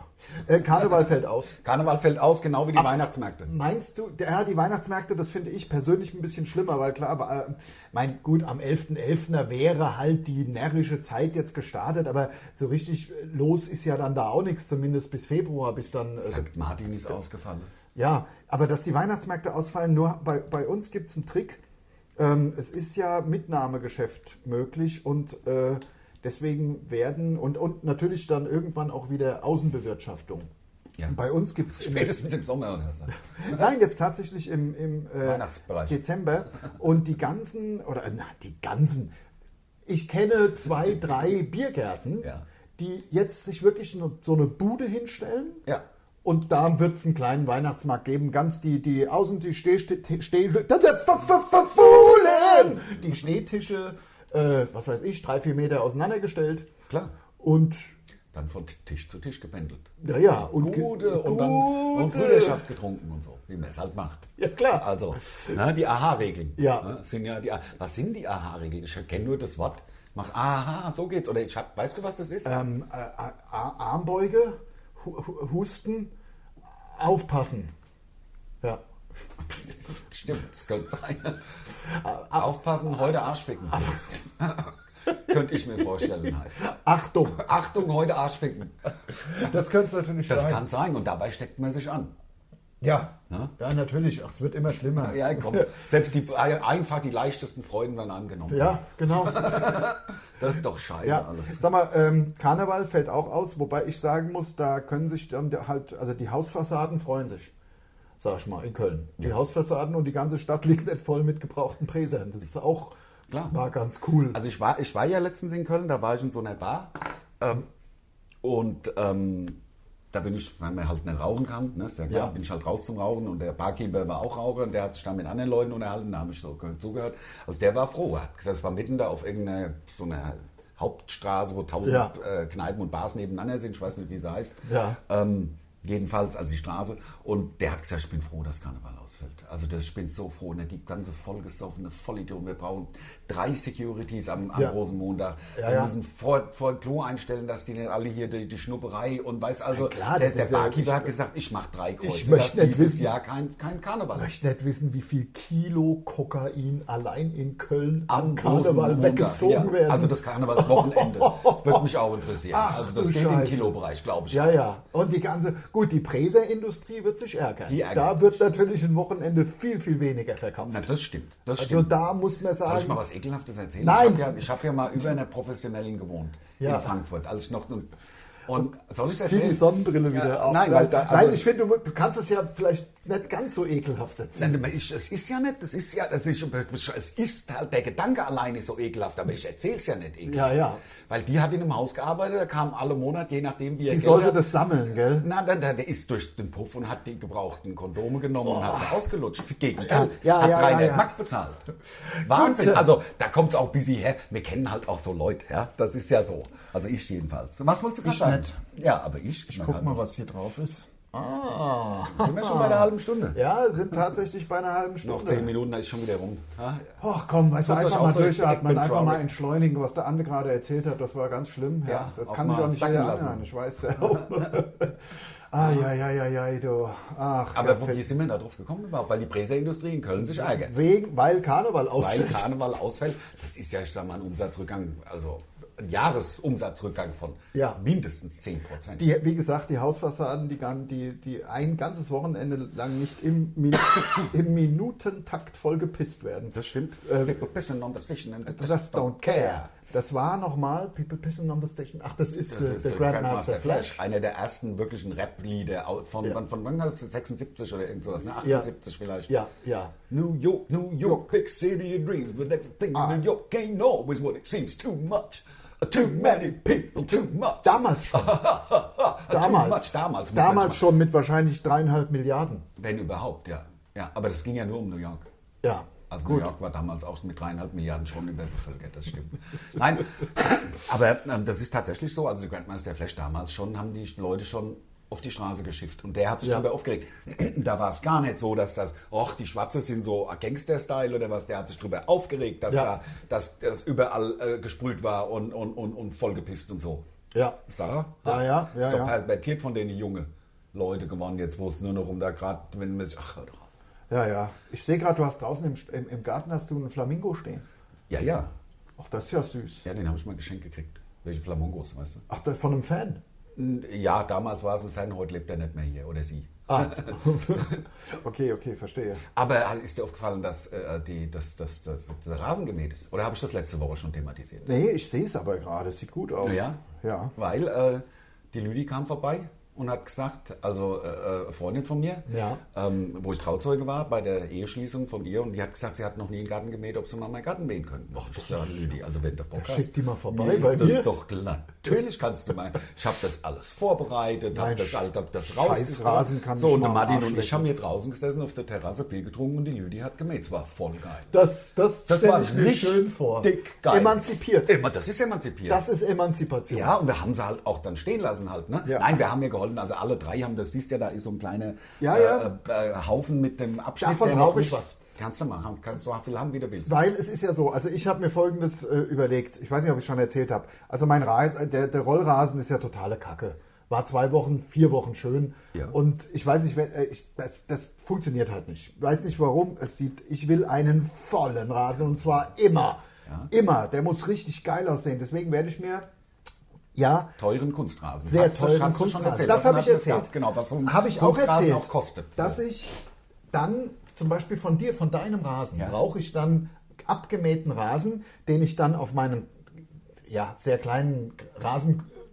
Äh, Karneval fällt aus. Karneval fällt aus, genau wie die Weihnachtsmärkte. Meinst du, ja, die Weihnachtsmärkte, das finde ich persönlich ein bisschen schlimmer, weil klar, aber, äh, mein gut, am 11.11. wäre halt die närrische Zeit jetzt gestartet, aber so richtig äh, los ist ja dann da auch nichts, zumindest bis Februar, bis dann. Äh, St. Martin ist ausgefallen. ja, aber dass die Weihnachtsmärkte ausfallen, nur bei, bei uns gibt es einen Trick. Ähm, es ist ja Mitnahmegeschäft möglich und äh, deswegen werden und, und natürlich dann irgendwann auch wieder Außenbewirtschaftung. Ja. Bei uns gibt es Spätestens im Sommer. oder so. Nein, jetzt tatsächlich im, im äh, Weihnachtsbereich. Dezember. Und die ganzen, oder äh, na, die ganzen, ich kenne zwei, drei Biergärten, Ja. die jetzt sich wirklich in so eine Bude hinstellen. Ja. Und da wird es einen kleinen Weihnachtsmarkt geben. Ganz die, die Außen, die Stehtische, die Stehtische, äh, was weiß ich, drei, vier Meter auseinandergestellt. Klar. Und, Dann von Tisch zu Tisch gependelt. naja, und ge- Gute und dann und Gute. Brüderschaft getrunken und so, wie man es halt macht. Ja, klar. Also, ne, die Aha-Regeln. Ja. Ne, sind ja die, A- was sind die Aha-Regeln? Ich kenne nur das Wort. Mach, aha, so geht's. Oder ich hab, weißt du, was das ist? ähm, äh, A- A- Armbeuge, Hu- Hu- Husten, aufpassen. Ja. Stimmt, das könnte sein. Ah, Aufpassen, heute Arschficken. könnte ich mir vorstellen. heißt. Achtung, Achtung, heute Arschficken. das könnte es natürlich Das sein. kann sein und dabei steckt man sich an. Ja. ja, natürlich. Ach, es wird immer schlimmer. Ja, komm. Selbst die einfach die leichtesten Freuden werden angenommen. Ja, genau. Das ist doch scheiße Ja, alles. sag mal, ähm, Karneval fällt auch aus, wobei ich sagen muss, da können sich dann der- halt, also die Hausfassaden freuen sich, sag ich mal, in Köln. Die Hausfassaden und die ganze Stadt liegt nicht voll mit gebrauchten Präsern. Das ist auch Klar. war ganz cool. Also ich war, ich war ja letztens in Köln, da war ich in so einer Bar. Ähm, und ähm, da bin ich, weil man halt nicht rauchen kann, ne, ist ja klar, Ja. bin ich halt raus zum Rauchen und der Barkeeper war auch Raucher und der hat sich dann mit anderen Leuten unterhalten, da habe ich so ge- zugehört. Also der war froh, er hat gesagt, es war mitten da auf irgendeiner so einer Hauptstraße, wo tausend Ja. äh, Kneipen und Bars nebeneinander sind, ich weiß nicht, wie sie heißt. Ja. Ähm, jedenfalls, also die Straße. Und der hat gesagt, ich bin froh, dass Karneval ausfällt. Also das, ich bin so froh. Ne? Die ganze vollgesoffene Vollidioten. Wir brauchen drei Securities am, am Ja. großen Montag. Ja, wir ja. müssen vor, vor Klo einstellen, dass die nicht alle hier die, die Schnupperei und weiß also, klar, der, das der ist ja- Barkeeper ich- hat gesagt, ich mache drei Kreuze. möchte dass nicht dieses wissen. Jahr kein, kein Karneval. ich möchte nicht wissen, wie viel Kilo Kokain allein in Köln großen am, Karneval Montag, weggezogen ja. werden. Also das Karnevalswochenende wird mich auch interessieren. Ach, also das du geht im Scheiße. Kilobereich, glaube ich. Ja, ja. Und die ganze, gut, die Präserindustrie wird sich ärgern. Die ärgert da wird natürlich ein Wochenende viel, viel weniger verkauft. Na, das stimmt. Das also stimmt. da muss man sagen, Soll ich mal was Ekelhaftes erzählen? Nein. Ich habe ja, ich hab ja mal über einer Professionellen gewohnt Ja. in Frankfurt, als ich noch... Und soll ich das zieh erzählen? die Sonnenbrille wieder Ja, auf. Nein, weil da, also, nein ich finde, du kannst es ja vielleicht nicht ganz so ekelhaft erzählen. Nein, ich, es ist ja nicht, das ist ja, das ist, es ist halt, der Gedanke alleine ist so ekelhaft, aber ich erzähle es ja nicht ekelhaft. Ja, ja. Weil die hat in einem Haus gearbeitet, da kam alle Monat, je nachdem wie ihr Die Geld sollte hat- das sammeln, gell? Na, dann, dann, der ist durch den Puff und hat die gebrauchten Kondome genommen und hat sie ausgelutscht. Gegen Geld. Oh. ja, hat ja, 300 ja, ja. Mark bezahlt. Wahnsinn. Gute. Also, da kommt es auch bis her. Wir kennen halt auch so Leute, ja. Das ist ja so. Also, ich jedenfalls. Was wolltest du gerade Ich sagen? nicht. Ja, aber ich. Ich was hier drauf ist. Ah. Sind wir schon bei einer halben Stunde? Ja, sind tatsächlich bei einer halben Noch zehn Stunde. Minuten, da ist schon wieder rum. Ja? Ach komm, weißt du, Tut's euch einfach auch mal so, ich durchatmen, bin einfach mal traurig. entschleunigen, was der Ande gerade erzählt hat, das war ganz schlimm. Ja, Ja, das auch kann sich mal auch nicht sacken jeder lassen. anhören, ich weiß ja auch. ah, ja, ja, ja, ja, du. Ach, Aber Gott, wo- wie sind wir da drauf gekommen überhaupt? Weil die Präserindustrie in Köln sich ärgert. wegen, weil Karneval Weil ausfällt. Karneval ausfällt, das ist ja, ich sag mal, ein Umsatzrückgang, also ein Jahresumsatzrückgang von Ja. mindestens 10 Prozent. Die, wie gesagt, die Hausfassaden, die, gan- die, die ein ganzes Wochenende lang nicht im, Min im Minutentakt voll gepisst werden. Das stimmt. Ähm, People pissing on the station and the Just don't care. Das war nochmal People Pissing on the Station. Ach, das ist, Das der, ist der Grandmaster Flash. Einer der ersten wirklichen Rap-Lieder au- von, Ja. von, von wann war das? 76 oder irgend sowas, ne? Ja. 78 vielleicht. Ja, ja. New York, New York, big city of dreams, but everything Ah. in New York ain't always what it seems. Too much, too many people, too much. Damals schon. Too much, damals. muss damals. man damals sagen. schon mit wahrscheinlich dreieinhalb Milliarden. Wenn überhaupt, ja. ja. Aber das ging ja nur um New York. Ja. Also New York war damals auch mit dreieinhalb Milliarden schon überbevölkert, das stimmt. Nein, aber ähm, das ist tatsächlich so. Also die Grandmaster Flash damals schon, haben die Leute schon auf die Straße geschifft. Und der hat sich Ja. darüber aufgeregt. da war es gar nicht so, dass das, och, die Schwarze sind so Gangster-Style oder was. Der hat sich darüber aufgeregt, dass, Ja. da, dass das überall äh, gesprüht war und, und, und, und vollgepisst und so. Ja. Sarah? Ja, Ah, ja, ja, Ist doch ja. pervertiert von denen die junge Leute geworden, jetzt wo es nur noch um da gerade, wenn man sich, ach, hör doch auf. Ja, ja. Ich sehe gerade, du hast draußen im, St- im, im Garten hast du einen Flamingo stehen. Ja, ja. Ach, das ist ja süß. Ja, den habe ich mal geschenkt gekriegt. Welche Flamongos, weißt Ach, da- von einem Fan. du? Ja, damals war es ein Fan, heute lebt er nicht mehr hier oder sie. Ah. okay, okay, verstehe. Aber ist dir aufgefallen, dass, äh, die, dass, dass, dass der Rasen gemäht ist? Oder habe ich das letzte Woche schon thematisiert? Nee, ich sehe es aber gerade. Es Sieht gut aus. Ja, Ja. Weil äh, die Lüdi kam vorbei und hat gesagt, also äh, eine Freundin von mir, Ja. ähm, wo ich Trauzeuge war, bei der Eheschließung von ihr, und die hat gesagt, sie hat noch nie einen Garten gemäht, ob sie mal meinen Garten mähen könnten. Ach, das ist Lüdi, also wenn der Bock hast. schick die mal vorbei mir ist bei das mir. doch klar. Natürlich kannst du mal. Ich habe das alles vorbereitet, habe Nein, das, alt- hab das scheiß rausgeräumt. Rasen kann So, mich und der mal am Martin Arsch und ich lecken. haben hier draußen gesessen, auf der Terrasse Bier getrunken und die Lüdi hat gemäht. Es war voll geil. Das, das, Das stell war ich mir richtig schön vor. Dick geil. Emanzipiert. Immer, das ist emanzipiert. Das ist Emanzipation. Ja, und wir haben sie halt auch dann stehen lassen halt, ne? Ja. Nein, wir haben ihr geholfen. Also alle drei haben, das siehst ja, da ist so ein kleiner Ja, äh, ja. Äh, äh, Haufen mit dem Abschnitt. Davon der noch brauche ich nicht- was. Kannst du machen, kannst du so viel haben, wie du willst. Weil es ist ja so, also ich habe mir äh, folgendes äh, überlegt, ich weiß nicht, ob ich schon erzählt habe. Also mein Ra der, der Rollrasen ist ja totale Kacke. war zwei Wochen, vier Wochen schön. Ja. Und ich weiß nicht, wenn, äh, ich, das, das funktioniert halt nicht. Weiß nicht warum. Es sieht, ich will einen vollen Rasen und zwar immer. Immer. Der muss richtig geil aussehen. Deswegen werde ich mir, ja, Teuren Kunstrasen. sehr Hast du- teuren hast du schon Kunstrasen. erzählt. Das Davon habe ich hatten wir es erzählt. gehabt, Genau, was so ein habe ich auch Kunstrasen erzählt, auch kostet. ne? dass ich dann zum Beispiel von dir, von deinem Rasen, Ja. brauche ich dann abgemähten Rasen, den ich dann auf meinem ja, sehr kleinen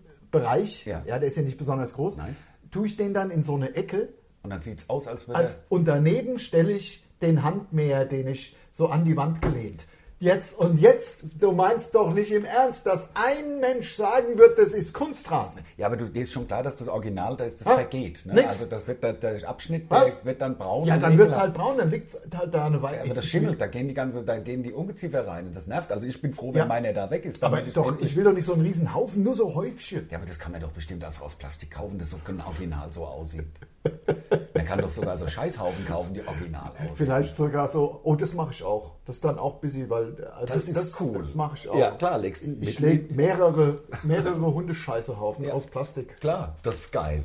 Rasenbereich, Ja. ja. der ist ja nicht besonders groß, Nein. tue ich den dann in so eine Ecke Und dann sieht es aus, als würde als, und daneben stelle ich den Handmäher, den ich so an die Wand gelehnt. Jetzt und jetzt, du meinst doch nicht im Ernst, dass ein Mensch sagen wird, das ist Kunstrasen. Ja, aber du dir ist schon klar, dass das Original das, das Ah, vergeht. Ne? nix. Also das wird der, der Abschnitt Was? Der wird dann braun. Ja, und dann wird es halt ekelhaft. braun, dann liegt es halt da eine Weile. Aber das Ich- schimmelt, da gehen die ganze, da gehen die Ungeziefer rein und das nervt. Also ich bin froh, wenn Ja. meiner da weg ist. Aber damit ich's doch, endlich- ich will doch nicht so einen riesen Haufen, nur so Häufchen. Ja, aber das kann man doch bestimmt aus, aus Plastik kaufen, das so genau original so aussieht. Man kann doch sogar so Scheißhaufen kaufen, die original aussehen. Vielleicht sogar so, oh, das mache ich auch. Das ist dann auch busy, weil äh, Das ist cool. Das mache ich auch. Ja, klar, legst du Ich mit- lege mehrere, mehrere Hundescheißehaufen aus Plastik. Klar, das ist geil.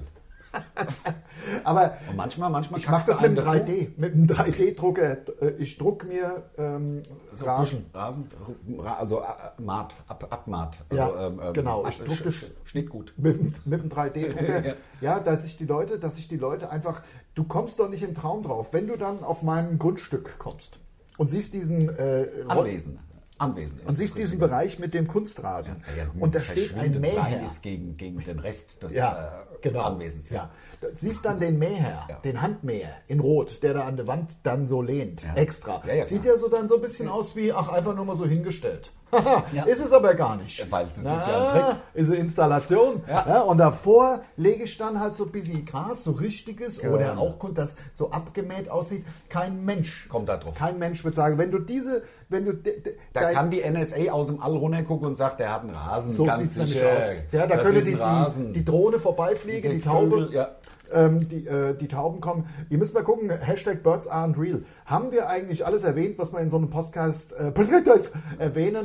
Aber Und manchmal, manchmal ich mache kackst du das mit dem einem dazu. 3D, mit dem 3D-Drucker. Äh, Ich druck mir ähm, So Rasen. Busch- Rasen, Ra- also äh, Maat, ab, Abmaat. Also, Ja, genau, ich druck Sch- das- Sch- Schnittgut. Mit, dem- mit dem 3D-Drucker. Ja. ja. dass ich die Leute, dass ich die Leute einfach, du kommst doch nicht im Traum drauf, wenn du dann auf mein Grundstück kommst und siehst diesen äh, Anwesen. Anwesen. und siehst diesen Bereich mit dem Kunstrasen und da steht ein Mäher. ist gegen, gegen den Rest des Ja, äh, genau. Anwesens. Ja. Da Siehst dann den Mäher, Ja. den Handmäher in Rot, der da an der Wand dann so lehnt, Ja. extra. Ja, ja, Sieht klar. ja so dann so ein bisschen aus wie, ach, einfach nur mal so hingestellt. Ist es aber gar nicht. Weil es ist ja ein Trick. Ist eine Installation. Ja. und davor lege ich dann halt so ein bisschen Gras, so richtiges oder Genau. auch, das so abgemäht aussieht. Kein Mensch. Kommt da drauf. Kein Mensch wird sagen, wenn du diese, wenn du... de- de- Da dein- kann die NSA aus dem All runtergucken und sagt, der hat einen Rasen. so ganz sieht es nämlich sicher. aus. Ja, da Das könnte ist ein die, Rasen. die, die Drohne vorbeifliegen, Die die, Taube, Vögel, ja. ähm, die, äh, die Tauben kommen. Ihr müsst mal gucken, Hashtag Birds aren't real. Haben wir eigentlich alles erwähnt, was man in so einem Podcast äh, Podcast erwähnen?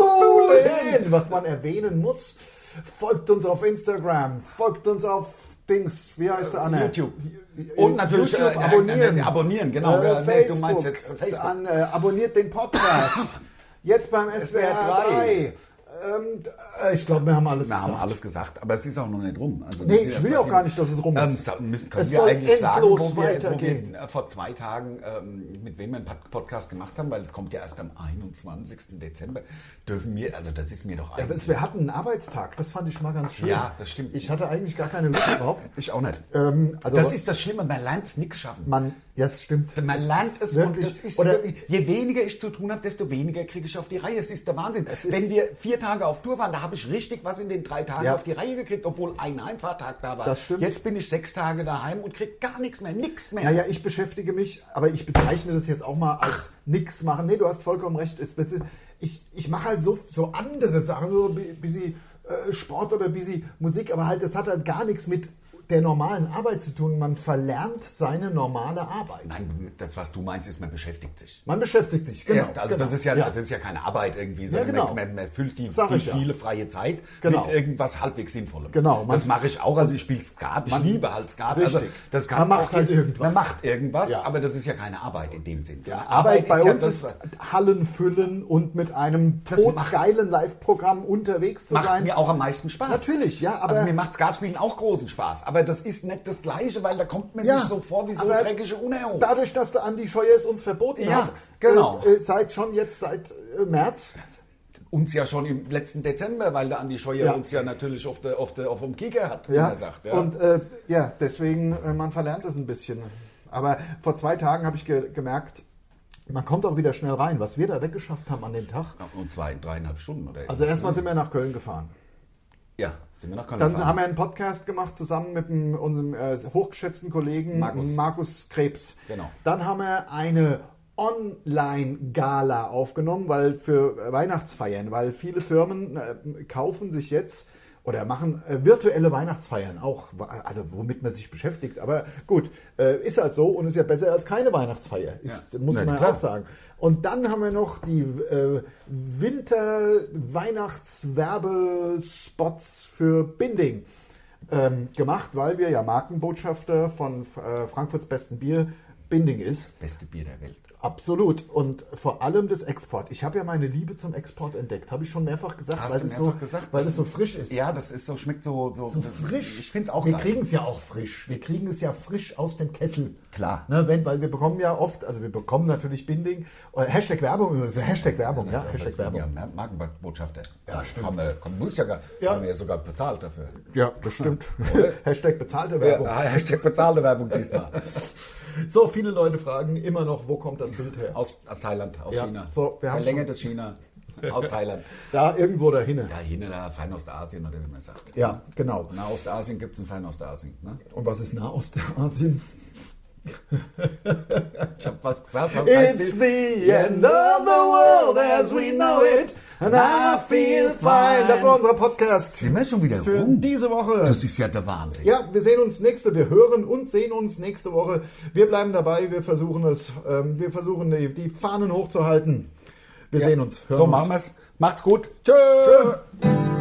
Fohlen! was man erwähnen muss. Folgt uns auf Instagram, folgt uns auf Dings, wie heißt der Anne? YouTube. Und natürlich, YouTube, äh, äh, abonnieren. äh, abonnieren, genau. Äh, Ja, nee, Facebook, du meinst jetzt Facebook. An, äh, abonniert den Podcast. Jetzt beim SWR 3. Ähm, d- äh, ich glaube, wir haben alles Wir gesagt. haben alles gesagt, aber es ist auch noch nicht rum. Also, Nee, das ich ist will ja- auch gar nicht, dass es rum Ähm, ist. sa- müssen, können Es wir soll eigentlich sagen, wo endlos wir, weitergehen. Wo wir äh, vor zwei Tagen ähm, mit wem wir einen Pod- Podcast gemacht haben, weil es kommt ja erst am 21. Dezember. Dürfen wir, also das ist mir doch Ja, aber eigentlich. es- wir hatten einen Arbeitstag, das fand ich mal ganz schön. Ja, das stimmt. Ich hatte eigentlich gar keine Lust drauf. ich auch nicht. Ähm, also das ist das Schlimme, man lernt es nichts schaffen. man, ja, das stimmt. Man Das lernt ist es wirklich. und das ist oder wirklich, je weniger ich zu tun habe, desto weniger kriege ich auf die Reihe. Es ist der Wahnsinn. ist- Wenn wir vier Tage auf Tour waren, da habe ich richtig was in den drei Tagen Ja. auf die Reihe gekriegt, obwohl ein Heimfahrtag da war. Das stimmt. Jetzt bin ich sechs Tage daheim und kriege gar nichts mehr, nichts mehr. Naja, ich beschäftige mich, aber ich bezeichne das jetzt auch mal als nix machen. Nee, du hast vollkommen recht. Es- es- Ich, ich mache halt so, so andere Sachen, so busy äh, Sport oder busy Musik, aber halt, das hat halt gar nichts mit der normalen Arbeit zu tun. Man verlernt seine normale Arbeit. Nein, das, was du meinst, ist, man beschäftigt sich. Man beschäftigt sich, genau. Ja, also genau. das, ist ja, das ist ja keine Arbeit irgendwie, sondern genau. man, man füllt die, Sag die ich ja. viele freie Zeit Genau. mit irgendwas halbwegs Sinnvollem. Genau, man- das mache ich auch. Also ich spiele Skat, ich liebe halt Skat. Also Richtig. das kann Man macht auch- halt Man irgendwas. macht irgendwas, Ja. aber das ist ja keine Arbeit in dem Sinn. Ja, Sondern Arbeit bei ja uns das- ist Hallen füllen und mit einem Das macht- totgeilen Live-Programm unterwegs zu macht sein. mir auch am meisten Spaß. Natürlich, ja, aber- also mir macht Skatspielen auch großen Spaß, aber das ist nicht das Gleiche, weil da kommt man sich so vor wie so aber dreckige Unerhung. Dadurch, dass der Andi Scheuer es uns verboten Ja, hat, genau. äh, äh, seit schon jetzt seit äh, März, uns ja schon im letzten Dezember, weil der Andi Scheuer Ja. uns ja natürlich auf, der, auf, der, auf dem Kicker hat, wie ja, er sagt. Ja. und äh, ja, deswegen äh, man verlernt es ein bisschen. Aber vor zwei Tagen habe ich ge gemerkt, man kommt auch wieder schnell rein, was wir da weggeschafft haben an dem Tag. Und zwar in dreieinhalb Stunden, oder? Also erstmal sind wir nach Köln gefahren. Ja, sind wir nach Köln Dann gefahren. haben wir einen Podcast gemacht zusammen mit dem, unserem äh, hochgeschätzten Kollegen Markus. Krebs. Genau. Dann haben wir eine Online-Gala aufgenommen, weil für Weihnachtsfeiern, weil viele Firmen äh, kaufen sich jetzt oder machen äh, virtuelle Weihnachtsfeiern auch, wa- also womit man sich beschäftigt. Aber gut, äh, ist halt so und ist ja besser als keine Weihnachtsfeier, ist, Ja. muss Na, man klar. auch sagen. Und dann haben wir noch die äh, Winter-Weihnachts-Werbespots für Binding. ähm, gemacht, weil wir ja Markenbotschafter von äh, Frankfurts besten Bier Binding ist. Beste Bier der Welt. Absolut. Und vor allem das Export. Ich habe ja meine Liebe zum Export entdeckt. Habe ich schon mehrfach gesagt, Hast weil du es so, mehrfach gesagt? weil es so frisch ist. Ja, das ist so, schmeckt so. So, So frisch. Ich finde es auch Wir geil. kriegen es ja auch frisch. Wir kriegen es ja frisch aus dem Kessel. Klar. Ne, wenn, weil wir bekommen ja oft, also wir bekommen natürlich Binding. Äh, Hashtag Werbung übrigens. Hashtag Werbung, ja. Hashtag Werbung. Ja, Mer- Markenbotschafter. Ja, stimmt. Haben wir, komm, muss ja gar, Ja. haben wir ja sogar bezahlt dafür. Ja, das stimmt. Genau. Hashtag bezahlte Ja, Werbung. ah, Hashtag bezahlte Werbung diesmal. So, viele Leute fragen immer noch, wo kommt das Bild her? aus, aus Thailand, aus Ja, China. so, wir haben's Verlängertes China aus Thailand. Da irgendwo dahin. Da hinten, da Fernostasien oder wie man sagt. Ja, genau. Nahostasien gibt es in Fernostasien. Ne? Und was ist Nahostasien? Ich habe was gesagt. Was It's the end of the world as we know it, and I feel fine. Das war unser Podcast Sind wir schon wieder für rum? diese Woche. Das ist ja der Wahnsinn. Ja, wir sehen uns nächste, wir hören und sehen uns nächste Woche. Wir bleiben dabei, wir versuchen es, ähm, wir versuchen die, die Fahnen hochzuhalten. Wir sehen uns, hören so uns. machen wir's. Macht's gut. Tschö. Tschö.